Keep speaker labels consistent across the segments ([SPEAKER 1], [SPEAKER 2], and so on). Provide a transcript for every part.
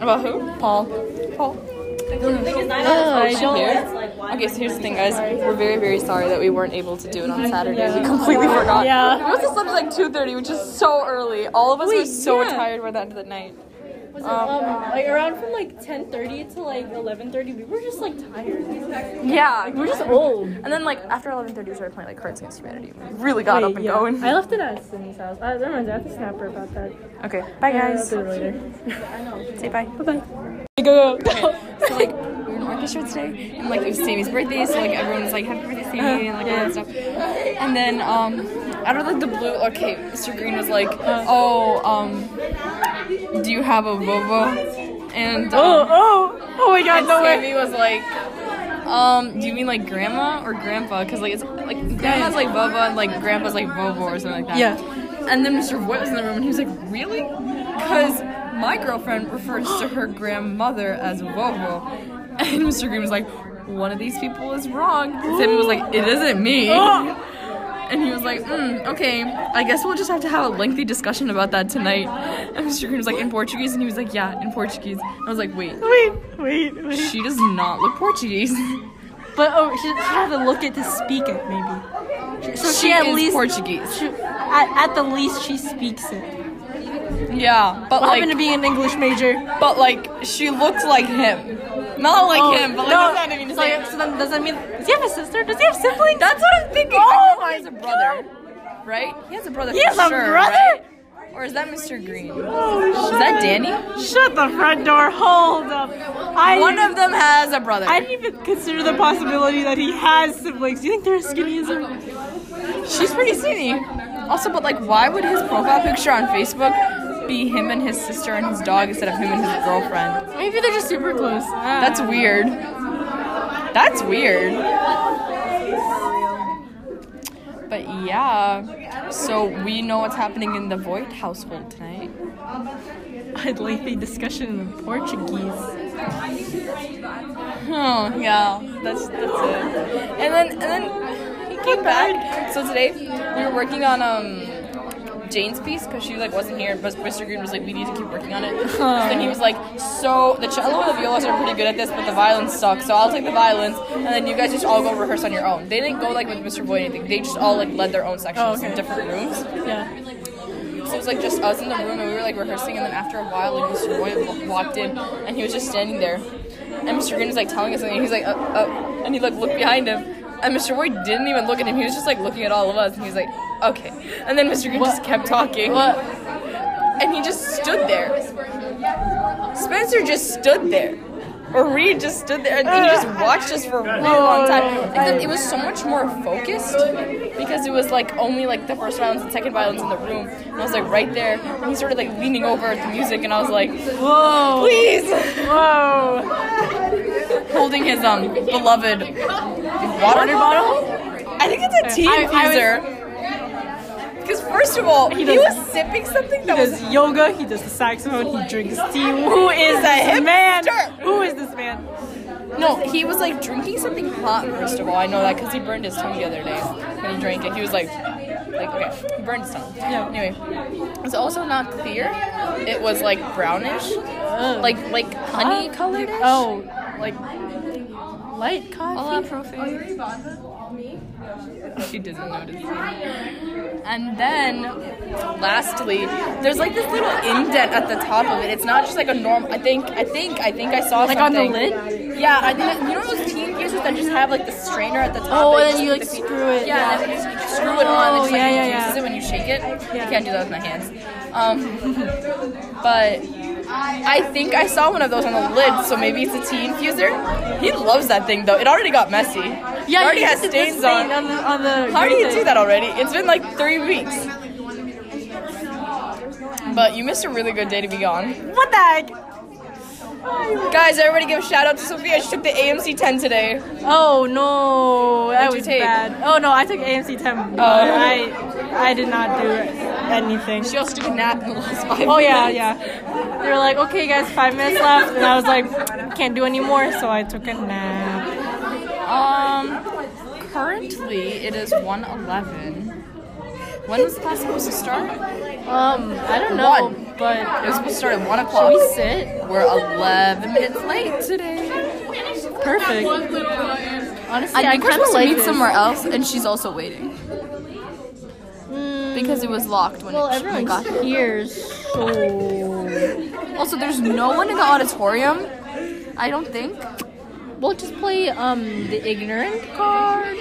[SPEAKER 1] About who? Paul. Paul.
[SPEAKER 2] Mm.
[SPEAKER 1] Oh, she married? Okay, so here's the thing, guys. We're very, very sorry that we weren't able to do it on Saturday. We completely forgot.
[SPEAKER 2] Yeah.
[SPEAKER 1] It was just like two thirty, which is so early. All of us were so
[SPEAKER 2] yeah.
[SPEAKER 1] tired by the end of the night.
[SPEAKER 2] Was it, um, like around from like 10:30 to like 11:30, we were just like tired.
[SPEAKER 1] Yeah.
[SPEAKER 2] We're just old.
[SPEAKER 1] And then like after eleven thirty, we started playing like Cards Against Humanity. We really got up and
[SPEAKER 2] yeah.
[SPEAKER 1] going.
[SPEAKER 2] I left it at Sydney's house. I, never mind, I have to snap her about that.
[SPEAKER 1] Okay. Bye, guys.
[SPEAKER 2] I'll do it later.
[SPEAKER 1] Say bye.
[SPEAKER 2] Bye. uh,
[SPEAKER 1] Go go. so like we were in orchestra today, and like it was Sammy's birthday, so like everyone was like happy birthday Sammy and
[SPEAKER 2] Uh-huh,
[SPEAKER 1] like all that stuff. And then um, out of like the blue, okay, Mr. Green was like,
[SPEAKER 2] Uh-huh.
[SPEAKER 1] oh um, do you have a bobo? And um,
[SPEAKER 2] oh, oh my God,
[SPEAKER 1] and Sammy was like. Um, do you mean like grandma or grandpa? Cause like it's like grandma's like Bubba and like grandpa's like Bobo or something like that.
[SPEAKER 2] Yeah.
[SPEAKER 1] And then Mr. White was in the room and he was like, really? Cause my girlfriend refers to her grandmother as Bobo. And Mr. Green was like, one of these people is wrong. And Sammy was like, it isn't me. And he was like, mm, okay, I guess we'll just have to have a lengthy discussion about that tonight. And Mr. Green was like, in Portuguese? And he was like, yeah, in Portuguese. And I was like, wait,
[SPEAKER 2] Wait, wait, wait.
[SPEAKER 1] she does not look Portuguese.
[SPEAKER 2] But oh, she, she had to look it to speak it, maybe. She- So she,
[SPEAKER 1] She
[SPEAKER 2] at
[SPEAKER 1] is
[SPEAKER 2] least
[SPEAKER 1] Portuguese.
[SPEAKER 2] She, at, at the least she speaks it.
[SPEAKER 1] Yeah, but
[SPEAKER 2] What
[SPEAKER 1] like,
[SPEAKER 2] happened to being an English major?
[SPEAKER 1] but like, she looks like him. Not like him, but like,
[SPEAKER 2] Oh,
[SPEAKER 1] that's
[SPEAKER 2] no.
[SPEAKER 1] not what I mean to
[SPEAKER 2] so,
[SPEAKER 1] say.
[SPEAKER 2] so then does that mean does he have a sister? Does he have siblings?
[SPEAKER 1] That's what I'm thinking.
[SPEAKER 2] Oh
[SPEAKER 1] I think he has a brother, right? He has a brother.
[SPEAKER 2] He has
[SPEAKER 1] for
[SPEAKER 2] a
[SPEAKER 1] sure,
[SPEAKER 2] brother?
[SPEAKER 1] right? Or is that Mr. Green? is that Danny?
[SPEAKER 2] Shut the front door. Hold up. I
[SPEAKER 1] One of them has a brother.
[SPEAKER 2] I didn't even consider the possibility that he has siblings. Do you think they're as skinny as him?
[SPEAKER 1] She's pretty skinny. Also, but like, why would his profile picture on Facebook be him and his sister and his dog instead of him and his girlfriend?
[SPEAKER 2] Maybe they're just super close. Ah.
[SPEAKER 1] That's weird. That's weird. But yeah, so we know what's happening in the Void household tonight.
[SPEAKER 2] I had lengthy discussion in Portuguese.
[SPEAKER 1] Oh yeah, that's that's it. And then and then he came back. So today we were working on um Jane's piece because she like wasn't here, but Mr. Green was like, we need to keep working on it. So then he was like, so the cello and the violas are pretty good at this, but the violins suck. So I'll take the violins, and then you guys just all go rehearse on your own. They didn't go like with Mr. Boyd or anything. They just all like led their own sections
[SPEAKER 2] okay.
[SPEAKER 1] in different rooms.
[SPEAKER 2] Yeah.
[SPEAKER 1] So it was like just us in the room, and we were like rehearsing. And then after a while, like Mr. Boyd wa- walked in, and he was just standing there. And Mr. Green was like telling us something. and He's like, uh, uh, and he like looked behind him. And Mr. Boyd didn't even look at him. He was just like looking at all of us, and he's like, okay. And then Mr. Green just kept talking. And he just stood there. Spencer just stood there. Or Reed just stood there, and he just watched us for a really
[SPEAKER 2] Oh,
[SPEAKER 1] long time. Except it was so much more focused because it was like only like the first violins and second violins in the room, and I was like right there, and he started like leaning over at the music, and I was like,
[SPEAKER 2] Whoa.
[SPEAKER 1] please,
[SPEAKER 2] Whoa.
[SPEAKER 1] holding his um beloved water bottle. I think it's a tea
[SPEAKER 2] I- I was-
[SPEAKER 1] infuser. Because first of all, he,
[SPEAKER 2] does-
[SPEAKER 1] was sipping something
[SPEAKER 2] He
[SPEAKER 1] that was
[SPEAKER 2] does yoga, he does the saxophone, he drinks tea. Who is this
[SPEAKER 1] a
[SPEAKER 2] man?
[SPEAKER 1] hipster.
[SPEAKER 2] Who is this man?
[SPEAKER 1] No, he was like drinking something hot. First of all, I know that because he burned his tongue the other day when he drank it. He was like, like okay, he burned his tongue.
[SPEAKER 2] Yeah.
[SPEAKER 1] Anyway, it's also not clear. It was like brownish, like like honey colored.
[SPEAKER 2] Oh, like light coffee?
[SPEAKER 1] She doesn't notice. And then, lastly, there's like this little indent at the top of it. It's not just like a normal. I think, I think, I think I saw
[SPEAKER 2] Like on the
[SPEAKER 1] something.
[SPEAKER 2] lid?
[SPEAKER 1] Yeah, I think you know those teen users that just have like the strainer at the top.
[SPEAKER 2] Oh,
[SPEAKER 1] that
[SPEAKER 2] and then you,
[SPEAKER 1] put
[SPEAKER 2] like,
[SPEAKER 1] the feet-
[SPEAKER 2] screw it,
[SPEAKER 1] Yeah, and
[SPEAKER 2] yeah.
[SPEAKER 1] then you just, you just screw it on. And it just, like,
[SPEAKER 2] Oh, yeah, yeah,
[SPEAKER 1] infuses
[SPEAKER 2] yeah.
[SPEAKER 1] it when you shake it.
[SPEAKER 2] Yeah.
[SPEAKER 1] I can't do that with my hands. Um, but I think I saw one of those on the lid, so maybe it's a tea infuser. He loves that thing though. It already got messy. it
[SPEAKER 2] Yeah,
[SPEAKER 1] already
[SPEAKER 2] you
[SPEAKER 1] has
[SPEAKER 2] did the
[SPEAKER 1] stains on.
[SPEAKER 2] stain on the, on the
[SPEAKER 1] How do you do
[SPEAKER 2] thing.
[SPEAKER 1] that already? It's been like three weeks. But you missed a really good day to be gone.
[SPEAKER 2] What the heck?
[SPEAKER 1] Guys, everybody give a shout out to Sophia. She took the AMC 10 today.
[SPEAKER 2] Oh no, that
[SPEAKER 1] What'd you
[SPEAKER 2] was
[SPEAKER 1] take?
[SPEAKER 2] bad. Oh no, I took AMC 10. but I I did not do anything.
[SPEAKER 1] She also took a nap in the last five
[SPEAKER 2] Oh yeah,
[SPEAKER 1] minutes.
[SPEAKER 2] yeah. They were like, okay guys, five minutes left, and I was like, can't do any more, so I took a nap.
[SPEAKER 1] Um, currently it is 111. When was class supposed to start?
[SPEAKER 2] Um, I don't know.
[SPEAKER 1] One.
[SPEAKER 2] but
[SPEAKER 1] It was supposed to start at 1 o'clock.
[SPEAKER 2] should we sit?
[SPEAKER 1] We're 11 minutes late today.
[SPEAKER 2] Perfect. Honestly,
[SPEAKER 1] I think we're
[SPEAKER 2] kinda
[SPEAKER 1] supposed to
[SPEAKER 2] like
[SPEAKER 1] meet
[SPEAKER 2] this.
[SPEAKER 1] somewhere else, and she's also waiting. Because it was locked when
[SPEAKER 2] Well,
[SPEAKER 1] it, when we got
[SPEAKER 2] everyone's
[SPEAKER 1] here.
[SPEAKER 2] here, so
[SPEAKER 1] Also, there's no one in the auditorium. I don't think.
[SPEAKER 2] we'll just play um the ignorant card.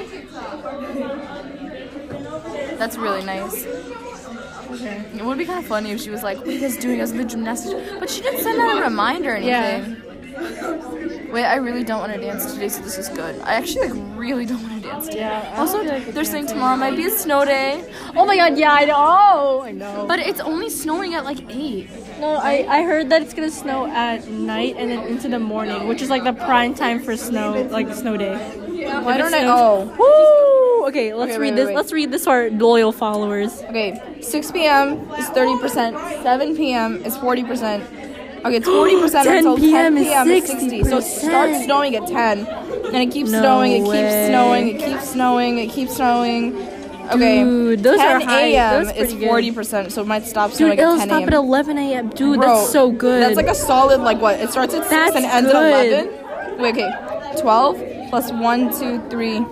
[SPEAKER 1] That's really nice. It would be kind of funny if she was like, "What are you guys doing? I was in the gymnastics," but she didn't send out a reminder or
[SPEAKER 2] Yeah.
[SPEAKER 1] anything. Wait, I really don't want to dance today, so this is good. I actually like really don't want to dance today.
[SPEAKER 2] Yeah, I
[SPEAKER 1] also,
[SPEAKER 2] don't feel like
[SPEAKER 1] they're saying tomorrow might be a snow day,
[SPEAKER 2] Oh my god, yeah, I know. Oh, I know.
[SPEAKER 1] but it's only snowing at like eight.
[SPEAKER 2] No, I, I heard that it's gonna snow at night and then into the morning, which is like the prime time for snow, like snow day.
[SPEAKER 1] Why don't I? Oh,
[SPEAKER 2] Oh. Woo! Okay, let's
[SPEAKER 1] Okay,
[SPEAKER 2] read
[SPEAKER 1] wait,
[SPEAKER 2] this.
[SPEAKER 1] wait, wait.
[SPEAKER 2] Let's read this to our loyal followers.
[SPEAKER 1] Oh, Okay, 6 p.m. is 30%, 7 p.m. is 40%. Okay, it's 40%
[SPEAKER 2] 10
[SPEAKER 1] until 10
[SPEAKER 2] p.m. is
[SPEAKER 1] p.m. is 60. So it
[SPEAKER 2] 60%.
[SPEAKER 1] starts snowing at 10. And it keeps
[SPEAKER 2] No
[SPEAKER 1] snowing, it
[SPEAKER 2] way.
[SPEAKER 1] keeps snowing, it keeps snowing, it keeps snowing. Okay,
[SPEAKER 2] Dude, those are
[SPEAKER 1] 10
[SPEAKER 2] high.
[SPEAKER 1] a.m.
[SPEAKER 2] Those
[SPEAKER 1] is
[SPEAKER 2] pretty good.
[SPEAKER 1] 40%, so it might stop
[SPEAKER 2] Dude,
[SPEAKER 1] snowing
[SPEAKER 2] it'll
[SPEAKER 1] at 10
[SPEAKER 2] stop
[SPEAKER 1] a.m.
[SPEAKER 2] at 11 a.m. Dude,
[SPEAKER 1] Bro,
[SPEAKER 2] that's so good.
[SPEAKER 1] That's like a solid, like what? It starts at 6 and
[SPEAKER 2] That's
[SPEAKER 1] ends
[SPEAKER 2] good.
[SPEAKER 1] at 11? Wait, okay. 12 plus 1, 2, 3,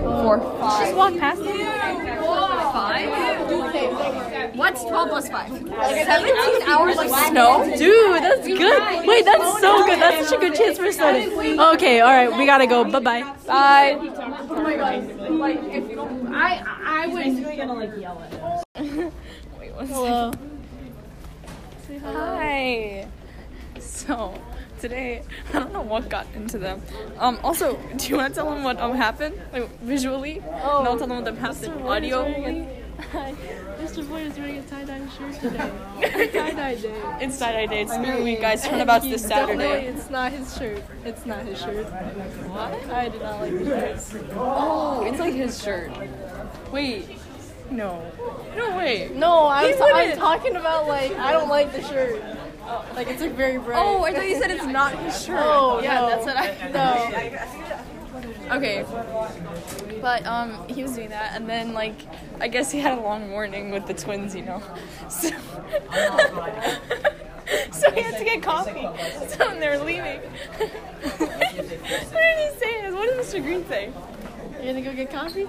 [SPEAKER 1] 4,
[SPEAKER 2] just walk past it.
[SPEAKER 1] What's 12 plus 5? 17 hours of snow?
[SPEAKER 2] Dude, that's good.
[SPEAKER 1] Oh,
[SPEAKER 2] Wait, that's so good. That's such a good chance for snow day. Okay, all right, we gotta go. Bye bye.
[SPEAKER 1] Bye.
[SPEAKER 2] Hello.
[SPEAKER 1] Hi. So today, I don't know what got into them. Um. Also, do you want to tell them what um happened, like visually? Oh. And I'll tell them what them happened audio.
[SPEAKER 2] Mr. Boyd is wearing a tie dye shirt today. tie dye day.
[SPEAKER 1] It's Saturday. day. It's Spirit Week, guys. Turnabouts this Saturday.
[SPEAKER 2] It's not his shirt. It's not his shirt. What? I did not like this.
[SPEAKER 1] Oh, it's like his shirt. Wait. No. No wait.
[SPEAKER 2] No, I'm,
[SPEAKER 1] He wouldn't.
[SPEAKER 2] talking about like I don't like the shirt. Oh. Like it's like very bright.
[SPEAKER 1] Oh, I thought you said it's not his shirt.
[SPEAKER 2] Oh,
[SPEAKER 1] yeah,
[SPEAKER 2] no.
[SPEAKER 1] that's what I.
[SPEAKER 2] no.
[SPEAKER 1] Okay. But um he was doing that and then like I guess he had a long warning with the twins, you know. So So he had to get coffee. So when they were leaving. what did he say? What did Mr. Green say?
[SPEAKER 2] You're gonna go get coffee?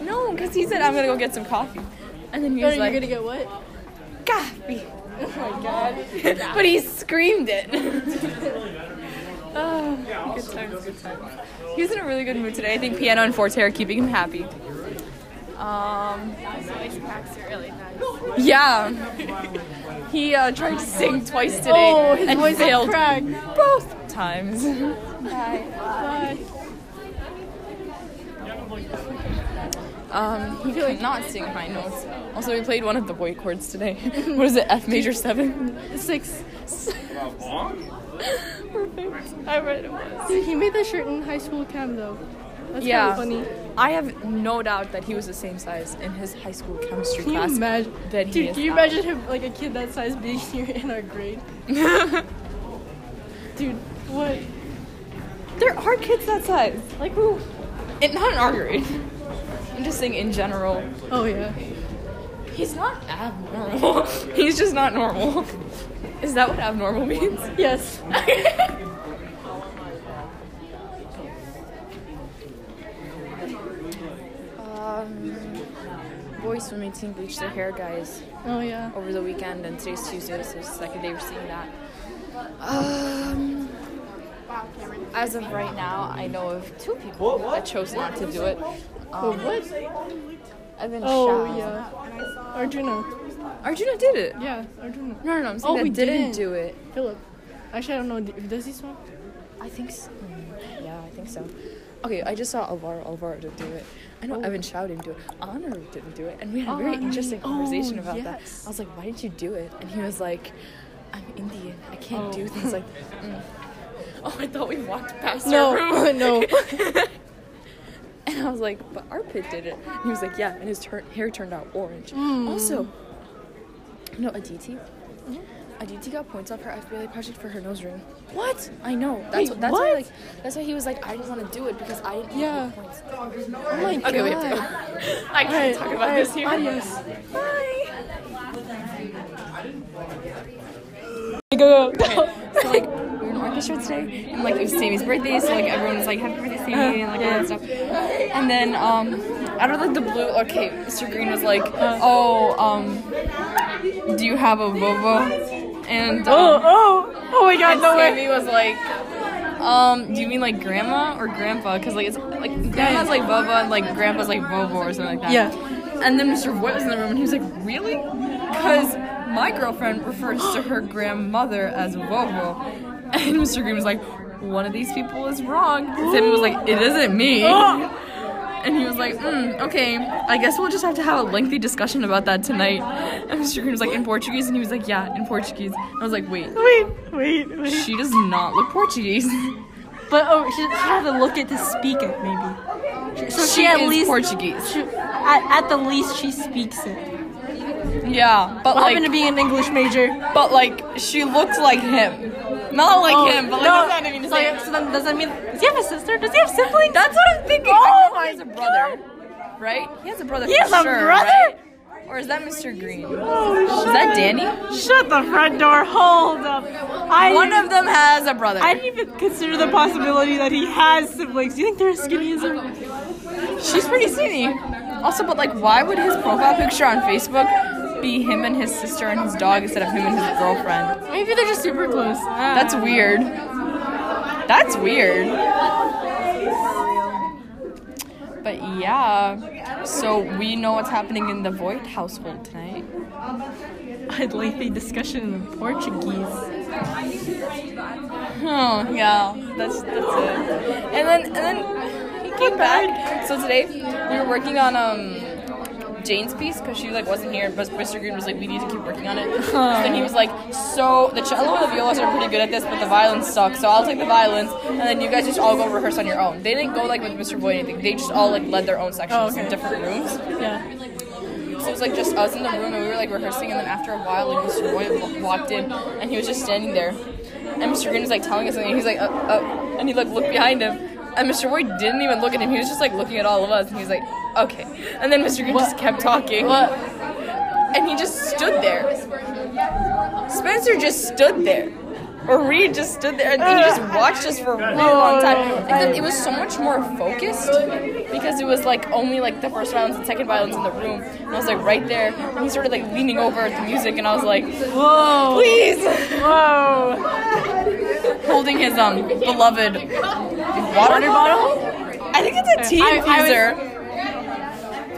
[SPEAKER 1] No, because he said I'm gonna go get some coffee. And then he
[SPEAKER 2] No,
[SPEAKER 1] was
[SPEAKER 2] you're
[SPEAKER 1] Oh, like
[SPEAKER 2] gonna get what?
[SPEAKER 1] coffee. Oh my god. but he screamed it. oh, good times, good times. He was in a really good mood today. I think piano and forte are keeping him happy. Um, yeah. He uh, tried to sing twice today
[SPEAKER 2] Oh, his
[SPEAKER 1] and
[SPEAKER 2] voice is
[SPEAKER 1] failed
[SPEAKER 2] cracked.
[SPEAKER 1] both times.
[SPEAKER 2] Bye.
[SPEAKER 1] Um, he could not sing high notes. Also, we played one of the boy chords today. what is it? F major seven, six. Perfect. I read it was.
[SPEAKER 2] Dude, he made that shirt in high school cam though. That's
[SPEAKER 1] Yeah.
[SPEAKER 2] kind of funny.
[SPEAKER 1] I have no doubt that he was the same size in his high school chemistry
[SPEAKER 2] Can you
[SPEAKER 1] class
[SPEAKER 2] imagine?
[SPEAKER 1] that he
[SPEAKER 2] Dude,
[SPEAKER 1] is
[SPEAKER 2] can you
[SPEAKER 1] now.
[SPEAKER 2] imagine him like a kid that size being here in our grade? Dude, what?
[SPEAKER 1] There are kids that size. Like who? It, not in our grade. I'm just saying in general.
[SPEAKER 2] Oh yeah.
[SPEAKER 1] He's not abnormal. He's just not normal. Is that what abnormal means?
[SPEAKER 2] Yes.
[SPEAKER 1] um, boys from 18 bleached their hair, guys.
[SPEAKER 2] Oh yeah.
[SPEAKER 1] over the weekend, and today's Tuesday, so it's the second day we're seeing that. Um, as of right now, I know of two people that chose not to do it. Um,
[SPEAKER 2] What?
[SPEAKER 1] Evan
[SPEAKER 2] Oh
[SPEAKER 1] Shah.
[SPEAKER 2] yeah. Arjuna.
[SPEAKER 1] Arjuna did it.
[SPEAKER 2] Yeah, Arjuna.
[SPEAKER 1] No, no, no. I'm saying
[SPEAKER 2] Oh,
[SPEAKER 1] that
[SPEAKER 2] we
[SPEAKER 1] didn't,
[SPEAKER 2] didn't.
[SPEAKER 1] do it.
[SPEAKER 2] Philip. Actually, I don't know. d- Does he smoke?
[SPEAKER 1] I think so. Yeah, I think so. Okay, I just saw Alvaro. Alvaro didn't do it. I
[SPEAKER 2] Oh.
[SPEAKER 1] know Evan Shao didn't do it. Honor didn't do it. And we had a very
[SPEAKER 2] Honor.
[SPEAKER 1] interesting conversation
[SPEAKER 2] Oh,
[SPEAKER 1] about
[SPEAKER 2] yes.
[SPEAKER 1] that. I was like, why didn't you do it? And he was like, I'm Indian. I can't do things like Mm. Oh, I thought we walked past
[SPEAKER 2] No,
[SPEAKER 1] our room.
[SPEAKER 2] no.
[SPEAKER 1] and I was like, but Arpit did it. And he was like, yeah. And his tur- hair turned out orange.
[SPEAKER 2] Hmm.
[SPEAKER 1] Also, no, Aditi. Mm-hmm. Aditi got points off her FBLA project for her nose ring. What? I know. That's
[SPEAKER 2] Wait,
[SPEAKER 1] what, that's why
[SPEAKER 2] what?
[SPEAKER 1] like that's why he was like I didn't want to do it because I didn't equal
[SPEAKER 2] Yeah.
[SPEAKER 1] points.
[SPEAKER 2] Oh my god.
[SPEAKER 1] Okay, we have to go. I can't talk about this here.
[SPEAKER 2] Adios.
[SPEAKER 1] Bye.
[SPEAKER 2] go, go,
[SPEAKER 1] Okay,
[SPEAKER 2] go.
[SPEAKER 1] so like we were in orchestra today, and like it was Sammy's birthday, so like everyone was like happy birthday Sammy and like all that stuff. And then um, out of like the blue, okay, Mr. Green was like, oh um, do you have a Vovo? And
[SPEAKER 2] Oh,
[SPEAKER 1] um,
[SPEAKER 2] oh, oh my god,
[SPEAKER 1] and
[SPEAKER 2] no way.
[SPEAKER 1] Sammy was like. Um, do you mean like grandma or grandpa? Cause like it's like grandma's like Bubba and like grandpa's like Bobo or something like that.
[SPEAKER 2] Yeah.
[SPEAKER 1] And then Mr. Voight was in the room and he was like, really? Cause my girlfriend refers to her grandmother as Bobo, and Mr. Green was like, one of these people is wrong. And Sammy was like, it isn't me.
[SPEAKER 2] Oh.
[SPEAKER 1] And he was like, mm, okay, I guess we'll just have to have a lengthy discussion about that tonight. And Mr. Green was like, in Portuguese? And he was like, yeah, in Portuguese. And I was like, wait,
[SPEAKER 2] Wait, wait, wait.
[SPEAKER 1] she does not look Portuguese.
[SPEAKER 2] But oh, she, she had to look it to speak it, maybe. So
[SPEAKER 1] Um, She
[SPEAKER 2] she, at
[SPEAKER 1] is
[SPEAKER 2] least
[SPEAKER 1] Portuguese.
[SPEAKER 2] She, at, at the least, she speaks it.
[SPEAKER 1] Yeah, but
[SPEAKER 2] What happened
[SPEAKER 1] like,
[SPEAKER 2] to being an English major?
[SPEAKER 1] but like, she looks like him. Not like
[SPEAKER 2] Oh,
[SPEAKER 1] him, but like,
[SPEAKER 2] no.
[SPEAKER 1] that's not even to
[SPEAKER 2] so,
[SPEAKER 1] say.
[SPEAKER 2] so then does that mean does he have a sister? Does he have siblings?
[SPEAKER 1] That's what I'm thinking.
[SPEAKER 2] Oh
[SPEAKER 1] I know he has
[SPEAKER 2] my
[SPEAKER 1] a brother, right? He has a brother.
[SPEAKER 2] He
[SPEAKER 1] for
[SPEAKER 2] has a
[SPEAKER 1] sure,
[SPEAKER 2] brother?
[SPEAKER 1] right? Or is that Mr. Green? One
[SPEAKER 2] Oh, shut
[SPEAKER 1] that
[SPEAKER 2] up.
[SPEAKER 1] Danny?
[SPEAKER 2] Shut the front door. Hold up. I
[SPEAKER 1] of them has a brother.
[SPEAKER 2] I didn't even consider the possibility that he has siblings. Do you think they're as skinny as him?
[SPEAKER 1] She's pretty skinny. Also, but like, why would his profile picture on Facebook be him and his sister and his dog instead of him and his girlfriend?
[SPEAKER 2] Maybe they're just super close.
[SPEAKER 1] That's weird. That's weird. But yeah, so we know what's happening in the Void household tonight.
[SPEAKER 2] a lengthy discussion in Portuguese.
[SPEAKER 1] Oh yeah, that's that's it. And then and then he came back. So today we were working on um Jane's piece because she like wasn't here, but Mr. Green was like, we need to keep working on it. So then he was like, so the cello and the violas are pretty good at this, but the violins suck. So I'll take the violins, and then you guys just all go rehearse on your own. They didn't go like with Mr. Boyd or anything. They just all like led their own sections
[SPEAKER 2] okay.
[SPEAKER 1] in different rooms.
[SPEAKER 2] Yeah.
[SPEAKER 1] So it was like just us in the room, and we were like rehearsing, and then after a while, like Mr. Boy w- walked in, and he was just standing there, and Mr. Green was like telling us something, and he's like, uh, uh, and he like looked behind him, and Mr. Boy didn't even look at him, he was just like looking at all of us, and he's like, okay, and then Mr. Green just kept talking, and he just stood there. Spencer just stood there. Or Reed just stood there and he just watched us for a really
[SPEAKER 2] Oh,
[SPEAKER 1] long time. Except it was so much more focused because it was like only like the first violence and second violence in the room. And I was like right there. And he started like leaning over at the music and I was like,
[SPEAKER 2] Whoa.
[SPEAKER 1] please!
[SPEAKER 2] Whoa.
[SPEAKER 1] Holding his um beloved water bottle? I think it's a tea
[SPEAKER 2] I- I was-
[SPEAKER 1] infuser.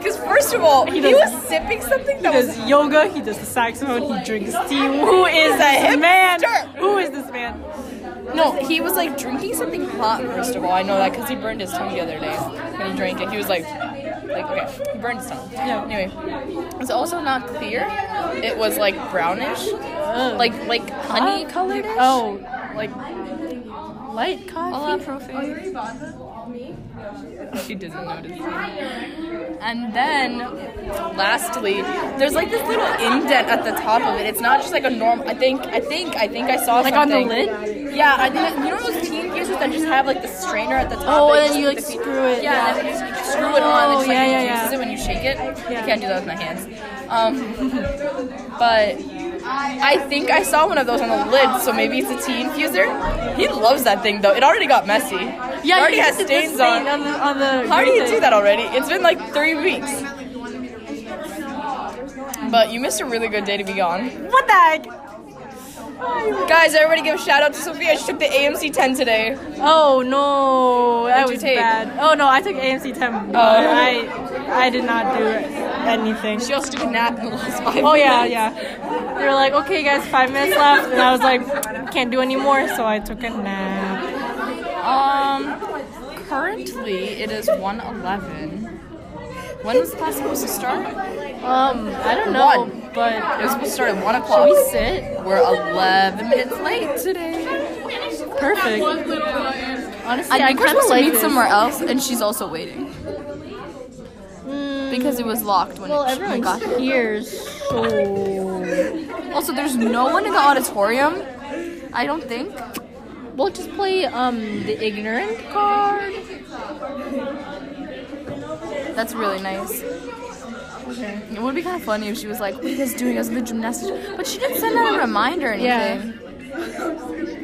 [SPEAKER 1] Because first of all, he,
[SPEAKER 2] does-
[SPEAKER 1] was sipping something that
[SPEAKER 2] He
[SPEAKER 1] was
[SPEAKER 2] does yoga, he does the saxophone, he drinks tea. Who is
[SPEAKER 1] a
[SPEAKER 2] this man?
[SPEAKER 1] hipster.
[SPEAKER 2] Who is this man?
[SPEAKER 1] No, he was like drinking something hot. First of all, I know that because he burned his tongue the other day when he drank it. He was like, like okay, he burned his tongue.
[SPEAKER 2] Yeah.
[SPEAKER 1] Anyway, it's also not clear. It was like brownish, like like honey colored.
[SPEAKER 2] Oh, like light coffee.
[SPEAKER 1] She doesn't notice. And then, lastly, there's like this little indent at the top of it. It's not just like a normal. I think, I think, I think I saw
[SPEAKER 2] Like on the
[SPEAKER 1] something.
[SPEAKER 2] lid?
[SPEAKER 1] Yeah, I think you know those teen cases that just have like the strainer at the top.
[SPEAKER 2] Oh,
[SPEAKER 1] that
[SPEAKER 2] and then you,
[SPEAKER 1] just-
[SPEAKER 2] like, screw it,
[SPEAKER 1] Yeah, and then you just screw it on. and It just, like,
[SPEAKER 2] Oh, yeah, yeah,
[SPEAKER 1] infuses
[SPEAKER 2] yeah.
[SPEAKER 1] it when you shake it.
[SPEAKER 2] Yeah.
[SPEAKER 1] I can't do that with my hands. Um, but. I think I saw one of those on the lid, so maybe it's a tea infuser. He loves that thing though. It already got messy. it already
[SPEAKER 2] you
[SPEAKER 1] has
[SPEAKER 2] did the
[SPEAKER 1] stains
[SPEAKER 2] stain
[SPEAKER 1] on.
[SPEAKER 2] on the, on the
[SPEAKER 1] How do you
[SPEAKER 2] grate.
[SPEAKER 1] do that already? It's been like three weeks. But you missed a really good day to be gone.
[SPEAKER 2] What the heck?
[SPEAKER 1] Guys, everybody give a shout out to Sophia. She took the AMC 10 today.
[SPEAKER 2] Oh no, that
[SPEAKER 1] What'd you
[SPEAKER 2] was
[SPEAKER 1] take? Oh.
[SPEAKER 2] bad. Oh no, I took AMC 10. but I I did not do anything.
[SPEAKER 1] She also took a nap in the last five
[SPEAKER 2] Oh yeah,
[SPEAKER 1] minutes.
[SPEAKER 2] yeah. They were like, okay, guys, five minutes left, and I was like, can't do anymore, so I took a nap.
[SPEAKER 1] Um, currently it is 111. When was the class supposed to start?
[SPEAKER 2] Um, I don't know,
[SPEAKER 1] One.
[SPEAKER 2] but
[SPEAKER 1] It was supposed to start at 1
[SPEAKER 2] should
[SPEAKER 1] o'clock.
[SPEAKER 2] we sit?
[SPEAKER 1] We're 11 minutes late today.
[SPEAKER 2] Perfect. Honestly,
[SPEAKER 1] I think we're supposed
[SPEAKER 2] kinda
[SPEAKER 1] to
[SPEAKER 2] like
[SPEAKER 1] meet
[SPEAKER 2] this.
[SPEAKER 1] somewhere else, and she's also waiting. Because it was locked when
[SPEAKER 2] Hmm. Well,
[SPEAKER 1] it, when it got
[SPEAKER 2] everyone's here, so
[SPEAKER 1] Also, there's no one in the auditorium. I don't think.
[SPEAKER 2] we'll just play um the ignorant card.
[SPEAKER 1] That's really nice. It would be kind of funny if she was like, "What are you guys doing? I was in the gymnastics," but she didn't send out a reminder or
[SPEAKER 2] Yeah.
[SPEAKER 1] anything.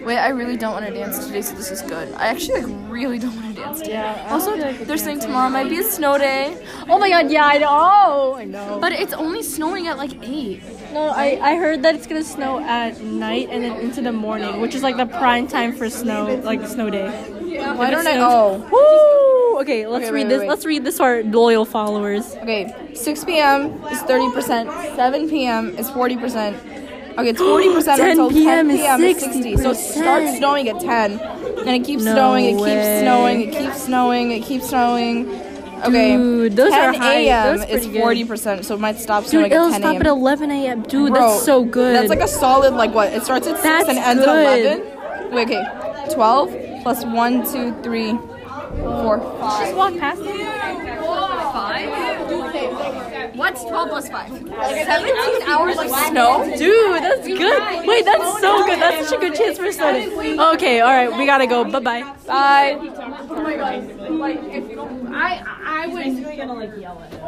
[SPEAKER 1] Wait, I really don't want to dance today, so this is good. I actually like really don't want to dance today.
[SPEAKER 2] Yeah.
[SPEAKER 1] Also, they're saying tomorrow might be a snow day,
[SPEAKER 2] Oh my god, yeah, I know. I know.
[SPEAKER 1] but it's only snowing at like eight.
[SPEAKER 2] No, I, I heard that it's gonna snow at night and then into the morning, which is like the prime time for snow, like snow day.
[SPEAKER 1] Why
[SPEAKER 2] If it
[SPEAKER 1] don't I?
[SPEAKER 2] snows-
[SPEAKER 1] Oh,
[SPEAKER 2] Woo! Okay, let's
[SPEAKER 1] Okay,
[SPEAKER 2] read
[SPEAKER 1] wait,
[SPEAKER 2] this.
[SPEAKER 1] wait.
[SPEAKER 2] Let's read this to our loyal followers.
[SPEAKER 1] oh, okay. Six p.m. is thirty percent. Seven p.m. is forty percent. Okay, it's forty percent
[SPEAKER 2] 10
[SPEAKER 1] until ten
[SPEAKER 2] p.m. is
[SPEAKER 1] p.m. is sixty. So it starts
[SPEAKER 2] 60%.
[SPEAKER 1] snowing at ten, and it keeps
[SPEAKER 2] No
[SPEAKER 1] snowing. It
[SPEAKER 2] way.
[SPEAKER 1] keeps snowing. It keeps snowing. It keeps snowing. Okay,
[SPEAKER 2] Dude, those are
[SPEAKER 1] 10
[SPEAKER 2] high.
[SPEAKER 1] a.m.
[SPEAKER 2] Those are
[SPEAKER 1] is
[SPEAKER 2] pretty good.
[SPEAKER 1] forty percent, so it might stop snowing
[SPEAKER 2] Dude, it'll
[SPEAKER 1] at ten
[SPEAKER 2] stop
[SPEAKER 1] a.m.
[SPEAKER 2] at 11 a.m. Dude,
[SPEAKER 1] Bro,
[SPEAKER 2] that's so good.
[SPEAKER 1] That's like a solid like what? It starts at
[SPEAKER 2] That's
[SPEAKER 1] six and ends
[SPEAKER 2] good.
[SPEAKER 1] at eleven. Wait, okay, twelve plus one, two, three, four, five.
[SPEAKER 2] Just walk past it.
[SPEAKER 1] What's twelve plus five? Seventeen hours of snow.
[SPEAKER 2] Dude, that's good. Wait, that's so good. That's such a good chance for snow day. Okay, all right, we gotta go. Bye bye.
[SPEAKER 1] Bye.
[SPEAKER 3] I I would